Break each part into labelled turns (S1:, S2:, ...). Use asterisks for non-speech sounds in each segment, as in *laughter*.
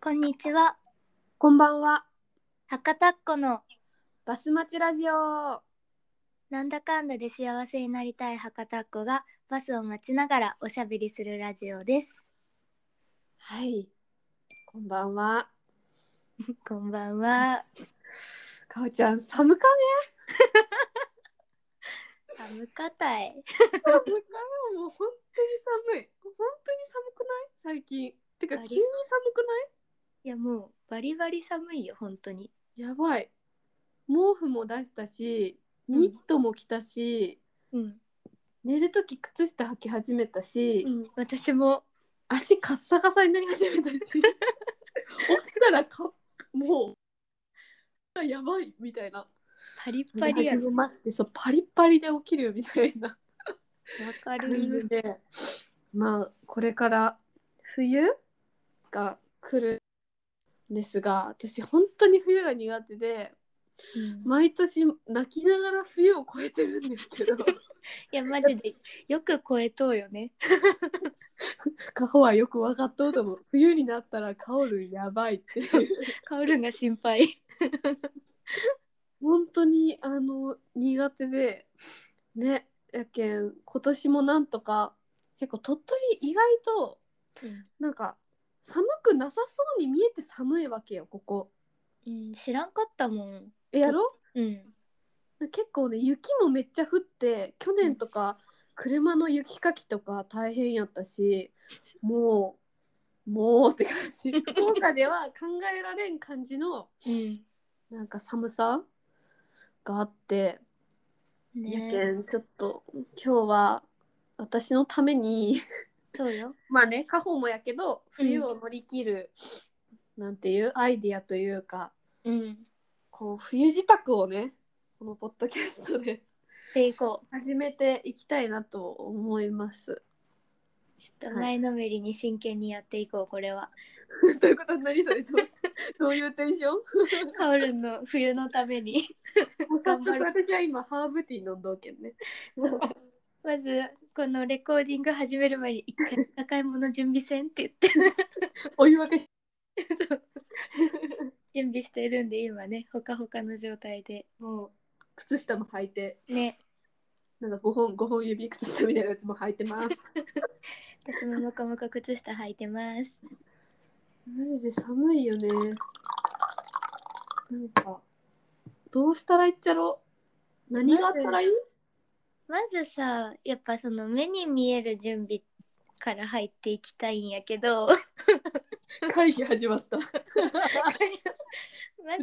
S1: こんにちは
S2: こんばんは。
S1: 博多っ子の
S2: バス待ちラジオ。
S1: なんだかんだで幸せになりたい博多っ子がバスを待ちながらおしゃべりするラジオです
S2: はい。こんばんは。
S1: こんばんは
S2: かおちゃん、寒か
S1: 寒かたい
S2: ね。寒かね。もう本当に寒い。本当に寒くない最近。てか、
S1: あり
S2: 急に寒くない
S1: やもうバリバリ寒いよ本当に
S2: いやばい。毛布も出したし、
S1: うん
S2: ニットも着たし、
S1: うん、
S2: 寝るとき靴下履き始めたし、
S1: うん、私も
S2: 足カッサカサになり始めたし、起きたらか、もう、やばいみたいな。
S1: パリッパリや
S2: 初
S1: ろ
S2: めましてそうパリッパリで起きるみたいな
S1: わか
S2: 感じ
S1: る
S2: で、まあこれから冬が来るんですが私本当に冬が苦手で
S1: うん
S2: 毎年泣きながら冬を越えてるんですけど
S1: いやマジでよく超えとうよね
S2: カホはよく分かっとうと思う冬になったらカオルンやばいっていう
S1: カオルンが心配
S2: 本当にあの苦手でねやけん今年もなんとか結構鳥取意外となんか寒くなさそうに見えて寒いわけよここ
S1: うん、知らんかったもん
S2: えやろ
S1: うん
S2: 結構ね雪もめっちゃ降って去年とか車の雪かきとか大変やったしもうもうって感じ福岡では考えられん感じの
S1: うん
S2: なんか寒さがあって、やけ
S1: ね
S2: んちょっと今日は私のために *laughs*
S1: そうよ
S2: まあね、家宝もやけど冬を乗り切る、なんていうアイディアというか
S1: うん
S2: こう冬支度をねこのポッドキャストで
S1: でいこう
S2: 始めていきたいなと思います。 *laughs*
S1: ちょっと前のめりに真剣にやっていこうこれは。 *laughs*
S2: ということになりそうで *laughs* どうどういうテンション
S1: カオルンの冬のために
S2: もう早
S1: 頑張
S2: 速
S1: る
S2: 私は今ハーブティー飲んどうけんね。
S1: そうまずこのレコーディング始める前に一回高いもの準備せんって言って *laughs*
S2: お湯沸かし
S1: 準備してるんで今ねほかほかの状態で
S2: *laughs* もう靴下も履いて
S1: ね
S2: なんか5本五本指靴下みたいなやつも履いてます。
S1: 私ももこもこ靴下履いてます。
S2: *laughs* マジで寒いよね。なんか、どうしたらいっちゃろ何があったらいい
S1: まずさやっぱその目に見える準備から入っていきたいんやけど *laughs* ま
S2: 会議始まった。う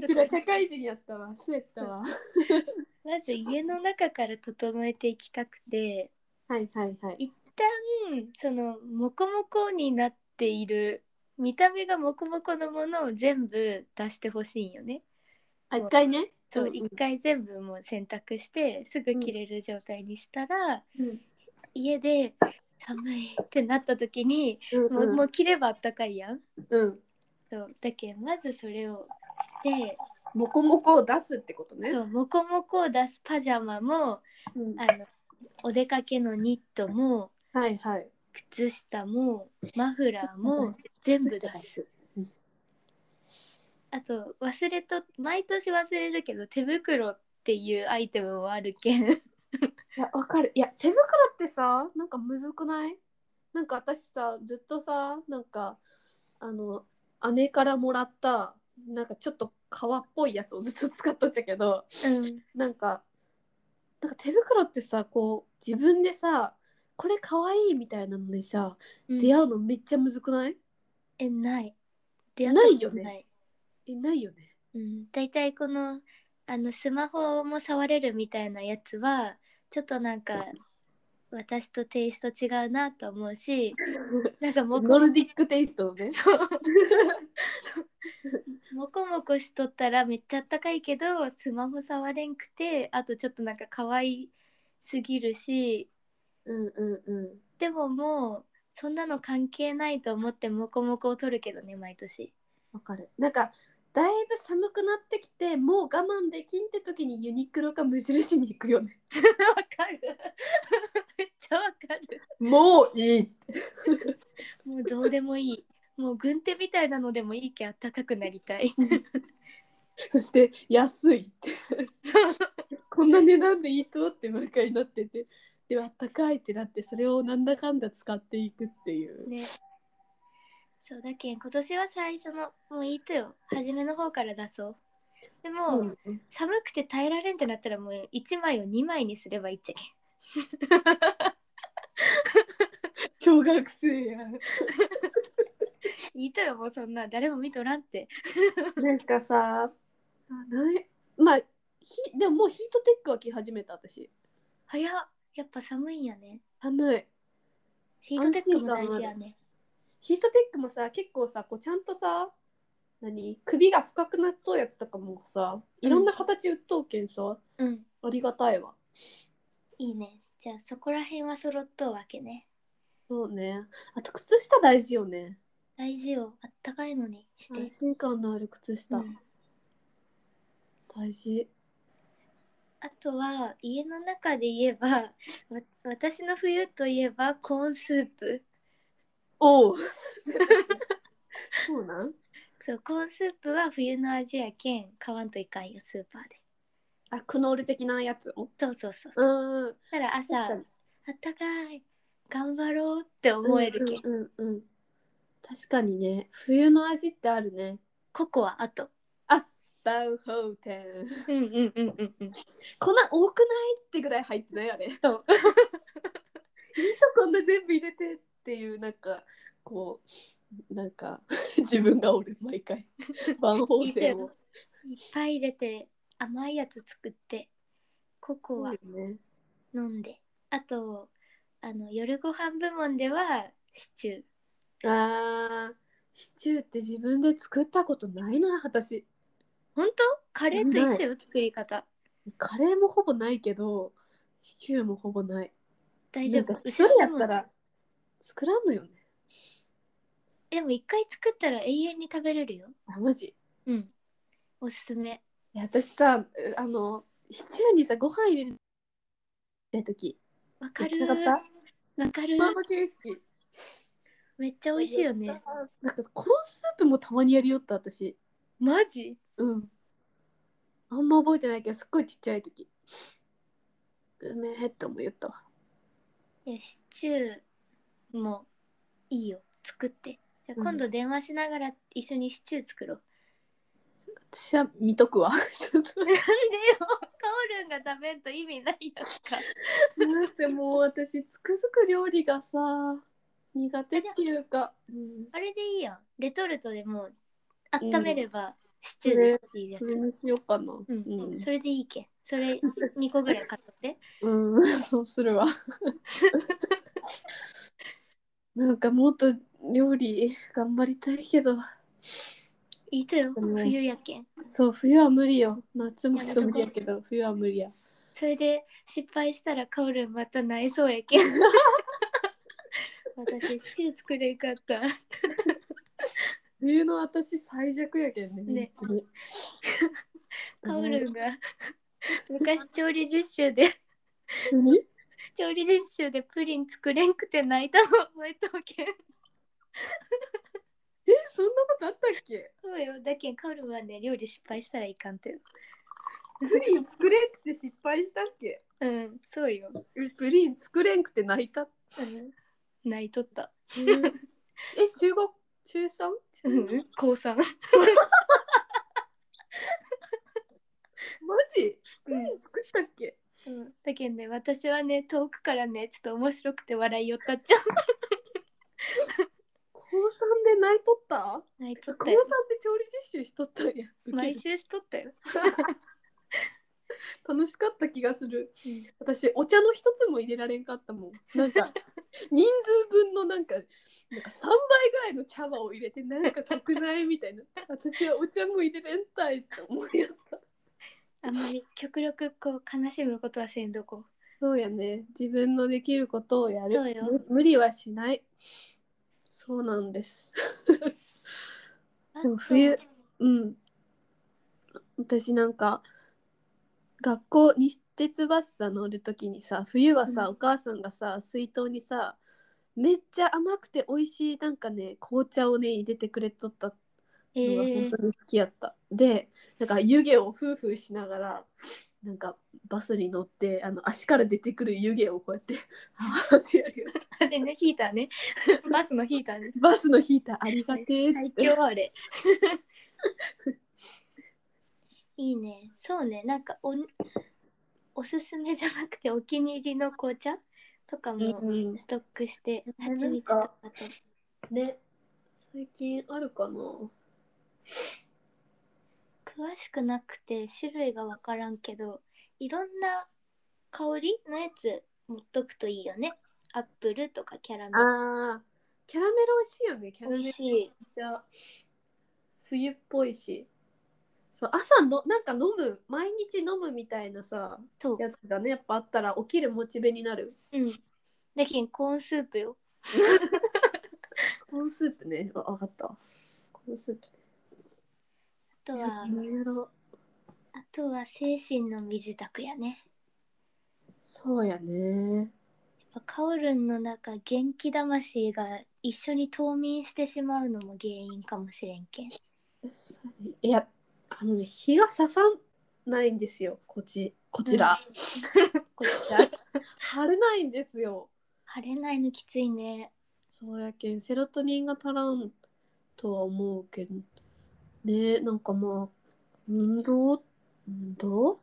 S2: ちら
S1: ず
S2: 社会人やったわ。スウェットは。
S1: まず家の中から整えていきたくて。
S2: はいはいはい。
S1: 一旦そのモコモコになっている見た目がモコモコのものを全部出してほしいんよね。
S2: あ、一回ね。
S1: そう
S2: うん
S1: 一、回全部もう洗濯してすぐ
S2: うん
S1: 着れる状態にしたら、
S2: うん
S1: 家で寒いってなった時に、
S2: うん
S1: もうもう着ればあったかいやん。
S2: うん。
S1: そうだけんまずそれをして
S2: もこもこを出すってことね。
S1: そうモコモコを出すパジャマも
S2: うん
S1: あのお出かけのニットも
S2: はいはい。
S1: 靴下もマフラーも全部出す。
S2: す。
S1: あと忘れと毎年忘れるけど手袋っていうアイテムもあるけん
S2: いや、わかる。いや、手袋ってさ、なんかむずくないなんか私さ、ずっとさ、なんか、あの、姉からもらった、なんかちょっと革っぽいやつをずっと使っとっちゃけど、
S1: うん
S2: なんか、なんか手袋ってさ、こう、自分でさ、これかわいいみたいなのにさ、
S1: うん
S2: 出会うのめっちゃむずくない
S1: えない出会った
S2: ないよ
S1: こと
S2: ね
S1: ない、
S2: え、ないよね。
S1: うん、大体このあのスマホも触れるみたいなやつはちょっとなんか私とテイスト違うなと思う
S2: *laughs*
S1: しなんかモコ
S2: ノルディックテイストのね。
S1: そうモコモコしとったらめっちゃあったかいけどスマホ触れんくてあとちょっとなんか可愛すぎるし
S2: *laughs* うんうんうん。
S1: でももうそんなの関係ないと思ってモコモコを取るけどね毎年
S2: わかるなんかだいぶ寒くなってきてもう我慢できんって時にユニクロか無印に行くよね
S1: わかる *laughs* めっちゃわかる
S2: もういい
S1: もうどうでもいいもう軍手みたいなのでもいいけんあったかくなりたい
S2: そして安いって *laughs* こんな値段でいいとって毎回なっててではあったかいってなってそれをなんだかんだ使っていくっていう、
S1: ねそうだけん今年は最初のもういいとよ初めの方から出そうでも
S2: そうね
S1: 寒くて耐えられんってなったらもう1枚を2枚にすればいいっちゃけん
S2: 小学生や
S1: いいとよもうそんな誰も見とらんって
S2: *laughs* なんかさないまあひでももうヒートテックは着始めた私
S1: 早っやっぱ寒いんやね
S2: 寒い
S1: ヒートテックも大事やね
S2: ヒートテックもさ結構さこうちゃんとさ何首が深くなっとうやつとかもさいろんな形打っとうけんさ、
S1: うん
S2: ありがたいわ
S1: いいねじゃあそこら辺は揃っとうわけね
S2: そうねあと靴下大事よね
S1: 大事よあったかいのにして、
S2: 安心感のある靴下、
S1: うん
S2: 大事
S1: あとは家の中で言えば *laughs* わ私の冬といえばコーンスープ
S2: おお *laughs* そうなん
S1: そうコーンスープは冬の味やけん買わんといかんよスーパーで
S2: あクノール的なやつを
S1: そうそうそうそう
S2: うんうん
S1: だから朝あ
S2: 確か
S1: っ
S2: に
S1: たかい頑張ろうって思えるけん、
S2: うんうん、うん、確かにね冬の味ってあるね
S1: ココアあと
S2: バウホーテン
S1: うんうんうんうんうん
S2: 粉多くないってぐらい入ってないあれいいと
S1: そう
S2: こんな全部入れてっていうなんかこうなんか *laughs* 自分がおる
S1: *laughs*
S2: 毎回バンホーテンを
S1: いっぱい入れて甘いやつ作ってココア
S2: そうよね
S1: 飲んで、あとあの夜ご飯部門ではシチュー
S2: あーシチューって自分で作ったことないな私
S1: 本当カレーと一緒よ作り方
S2: カレーもほぼないけどシチューもほぼない
S1: 大丈
S2: なん
S1: 夫
S2: か一人やったら作らんのよね
S1: でも一回作ったら永遠に食べれるよ
S2: あマジ
S1: うんおすすめ
S2: いや私さうあのシチューにさご飯入れるって時
S1: わかる
S2: やってなかっ
S1: わかる
S2: たママ形式
S1: めっちゃ美味しいよね
S2: なんかコーンスープもたまにやりよった私
S1: マジ
S2: うんあんま覚えてないけどすっごいちっちゃい時うめえって思いよったわ
S1: いやシチューもいいよ作ってじゃ
S2: うん
S1: あ今度電話しながら一緒にシチュー作ろう、
S2: 私は見と
S1: *laughs*
S2: くわ
S1: なんでよ *laughs* カオルンが食べんと意味ないやんか
S2: だってもう私つくづく料理がさ苦手っていうか、うん、
S1: あれでいいやんレトルトでもう温めればシチューですっていうや
S2: そ
S1: つ、
S2: れにしようかな
S1: うん
S2: うん
S1: それでいいけんそ
S2: *laughs*
S1: れ2個ぐらい買っとって
S2: うん、そうす
S1: *laughs*
S2: るわ。なんかもっと料理頑張りたいけど、
S1: いいとよ
S2: うん
S1: 冬やけん
S2: そう、冬は無理よ。夏もそう無理やけど、冬は無理や。
S1: それで失敗したらカオルンまた泣えそうやけん私シチュー作れんかった
S2: 冬の私最弱やけんね。
S1: ね
S2: 本
S1: *laughs*
S2: 当に
S1: カオルンが昔調理実習で
S2: 本当に
S1: 調理実習でプリン作れんくて泣いたの覚えとうけん
S2: え、そんなことあったっけ
S1: そうよだけんカオルンはね料理失敗したらいかんとよ
S2: プリン作れんくて失敗したっけ
S1: うんそうよ、
S2: プリン作れんくて泣いた。
S1: うん、泣いとった
S2: *laughs* え、中国中 3?
S1: うん *laughs* 高三
S2: マジプ
S1: う
S2: リ
S1: ん
S2: ン作ったっけ
S1: うんだけんね私はね遠くからねちょっと面白くて笑いよったっ *laughs* ちゃう
S2: 高3で泣いとった
S1: 泣いとっ
S2: 高
S1: た
S2: 三
S1: よ
S2: で調理実習しとったんや。
S1: 毎週しとったよ、
S2: 楽しかった気がする。
S1: うん
S2: 私お茶の一つも入れられんかったもん。なん *laughs* か人数分のなんかなんか三倍ぐらいの茶葉を入れてなんか得ないみた *laughs* いな。私はお茶も入れれんたいって思いやった。
S1: あんまり極力こう悲しむことはせんどこ
S2: そうやね。自分のできることをやる。
S1: そうよ
S2: む無理はしない。そうなんです。
S1: う
S2: でも冬うん。私なんか学校西鉄バスさ乗る時にさ冬は
S1: う
S2: さ、
S1: ん
S2: お母さんがさ水筒にさめっちゃ甘くて美味しいなんかね紅茶をね入れてくれとった
S1: え
S2: のが
S1: ー
S2: 本当に好きやった、でなんか湯気をフーフーしながらなんかバスに乗ってあの足から出てくる湯気をこうやってあーってやる
S1: あれねヒーターね *laughs* バスのヒーターね
S2: バスのヒーターありがてえ
S1: 最強あ *laughs* れいいねそうねなんかおおすすめじゃなくてお気に入りの紅茶とかも
S2: うん
S1: ストックして
S2: うん
S1: 蜂蜜とかと
S2: ね最近あるかな
S1: 詳しくなくて種類が分からんけどいろんな香りのやつ持っとくといいよねアップルとかキャラメル
S2: あーキャラメル美味しいよねキャラメ
S1: 美
S2: ル
S1: 味しい
S2: じゃ冬っぽいしそう朝のなんか飲む毎日飲むみたいなさ
S1: そう
S2: やつがねやっぱあったら起きるモチベになる
S1: うんだけんコーンスープよ
S2: コーンスープねあ分かったコーンスープ
S1: あとは
S2: 何やろ
S1: あとは精神の身支度やね
S2: そうやね
S1: やっぱカオルンの中元気魂が一緒に冬眠してしまうのも原因かもしれんけん
S2: いやあのね日がささないんですよこっちこちら、
S1: こちら
S2: *laughs* 晴れないんですよ
S1: 晴れないのきついね
S2: そうやけんセロトニンが足らんとは思うけどねなんかまあ運動運動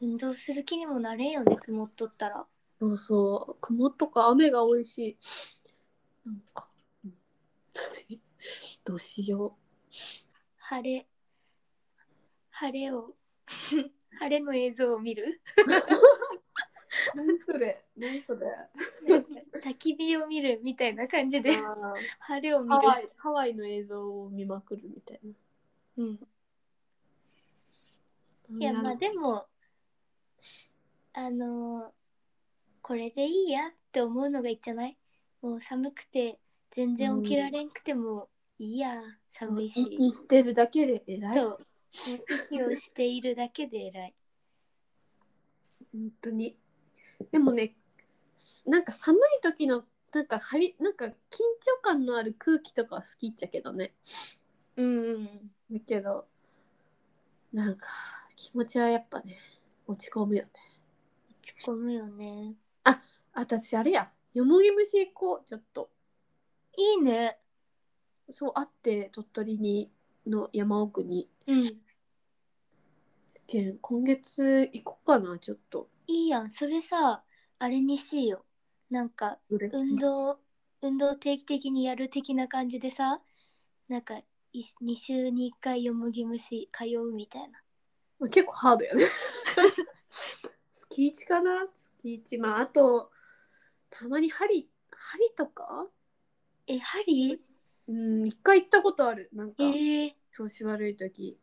S1: 運動する気にもなれんよね曇っとったら
S2: そうそう雲とか雨が多いしなんかうん *laughs* どうしよ
S1: 晴れ晴れ *laughs* を晴れの映像を見 *laughs* る
S2: う何それ何それ
S1: 焚き火を見るみたいな感じで晴れを見
S2: ハワ
S1: る、
S2: イハワイの映像を見まくるみたい
S1: うん、
S2: ない
S1: やまあでもあのーこれでいいやって思うのがいいんじゃないもう寒くて全然起きられんくてもいいや寒いし、
S2: 息してるだけで偉い
S1: そう息をしているだけで偉い
S2: 本当にでもねすなんか寒い時のなんか張りなんか緊張感のある空気とかは好きっちゃけどね
S1: うんうん
S2: だけどなんか気持ちはやっぱね落ち込むよね
S1: 落ち込むよね
S2: あ私あれやよもぎ虫行こうちょっと
S1: いいね
S2: そうあって鳥取にの山奥に
S1: うん
S2: けん今月行こうかなちょっと
S1: いいやんそれさあれにしいよなんか運動運動定期的にやる的な感じでさなんか2週に1回よもぎ虫通うみたいな
S2: まあ結構ハード
S1: *laughs*
S2: やね月一かな月一まああとたまに針針とか
S1: え針
S2: うん一回行ったことあるなんか
S1: えー、
S2: 調子悪い時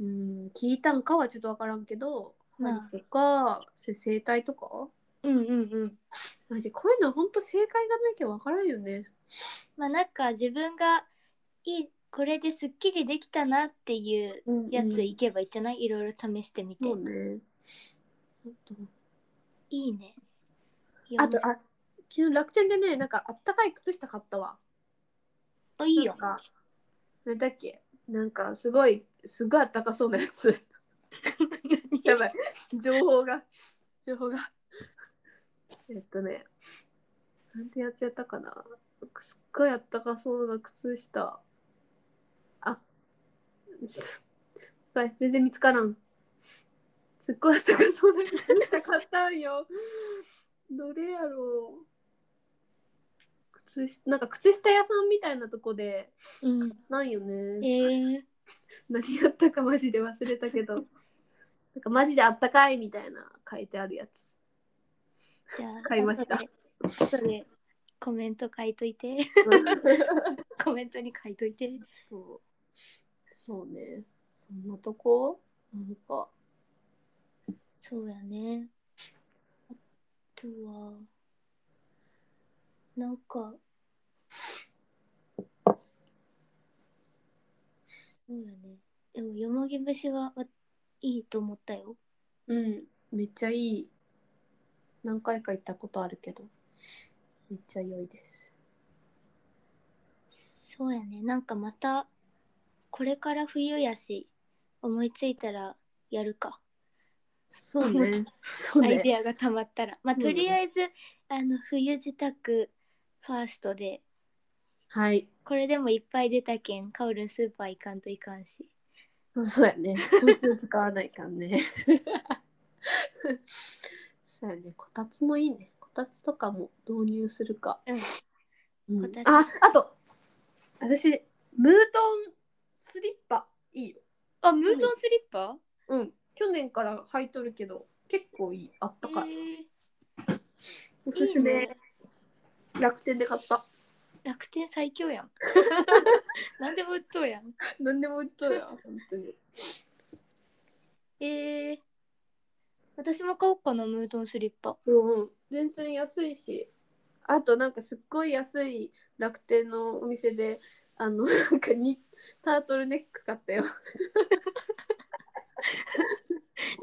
S2: うん聞いたんかはちょっと分からんけど針
S1: まあ
S2: とかせ整体とか
S1: うんうんうん
S2: マジこういうのほんと正解がなきゃ分からんよね
S1: まあなんか自分がいいこれですっきりできたなっていうやつ
S2: い
S1: いけばいいんじゃない、いろいろ試してみて、
S2: そうねあと
S1: いいね
S2: あとあ昨日楽天でねなんかあったかい靴下買ったわ
S1: あいいよ
S2: なんかなんだっけなんかすごいすごいあったかそうなやつやばい情報が情報がえっとねなんてやつやったかなすっごいあったかそうな靴下あちょっとやばい全然見つからんすっごいあったかそうな靴下買ったんよどれやろう靴下なんか靴下屋さんみたいなとこで
S1: うん
S2: ないよ
S1: え
S2: ね。
S1: ー、
S2: 何やったかマジで忘れたけど。なんかマジであったかいみたいな書いてあるやつ。
S1: じゃあ
S2: 買いました
S1: 後で後でコメント書いといて *laughs* コメントに書いといて
S2: そうそうね。そんなとこなんか。
S1: そうやね。あとは、なんか、そうやね。でも、よもぎ節はわいいと思ったよ。
S2: うん。めっちゃいい。何回か行ったことあるけど。めっちゃ良いです。
S1: そうやねなんかまたこれから冬やし思いついたらやるか、
S2: そうね。そう
S1: アイデ
S2: ね。
S1: アがたまったらまあ
S2: うん
S1: とりあえず、あの冬支度ファーストで
S2: はい。
S1: これでもいっぱい出たけんカオルンスーパー行かんといかんし
S2: そうや *laughs* ね。交通使わないかんね。そうやね。こたつもいいね。こたつとかも導入するか。うん
S1: こたつ
S2: あ、あと、私、ムートンスリッパいいよ。
S1: *laughs* あムートンスリッパ、
S2: うん。去年から履いとるけど、結構いい。あったかい。お
S1: お
S2: すすめ。楽天で買った。
S1: 楽天最強 *laughs* やんなんでも売っとうやん
S2: 何でも売っとるよ。本当に。
S1: えー、私も買おうかなムートンスリッパ
S2: うんうん、全然安いしあとなんかすっごい安い楽天のお店であのなんかにタートルネック買 *laughs* ったよ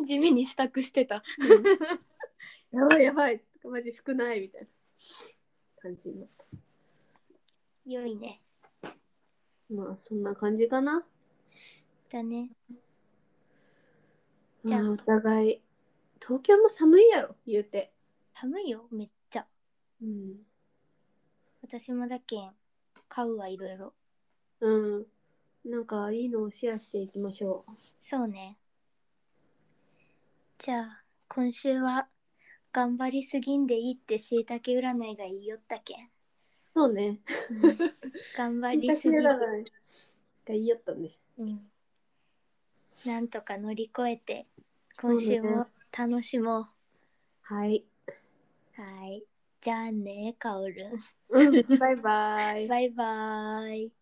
S1: 地味に支度してた
S2: やばいやばいっつってマジ服ないみたいな感じの
S1: 良いね
S2: まあそんな感じかな
S1: だねじ
S2: じ
S1: ゃ
S2: ゃ
S1: あ
S2: あお互い東京も寒いやろ言うて
S1: 寒いよめっちゃ
S2: うん、
S1: 私もだけん買うはいろいろ
S2: うん、なんかいいのをシェアしていきましょう
S1: そうねじゃあ今週は頑張りすぎんでいいってしいたけ占いが言いよったけん
S2: そうね
S1: 頑張
S2: あ
S1: りすぎる、
S2: が言いよったね
S1: うん、なんとか乗り越えて今週も楽しもう
S2: はい、
S1: はいじゃあねカオルン
S2: うん、バイバイ
S1: バイバーイ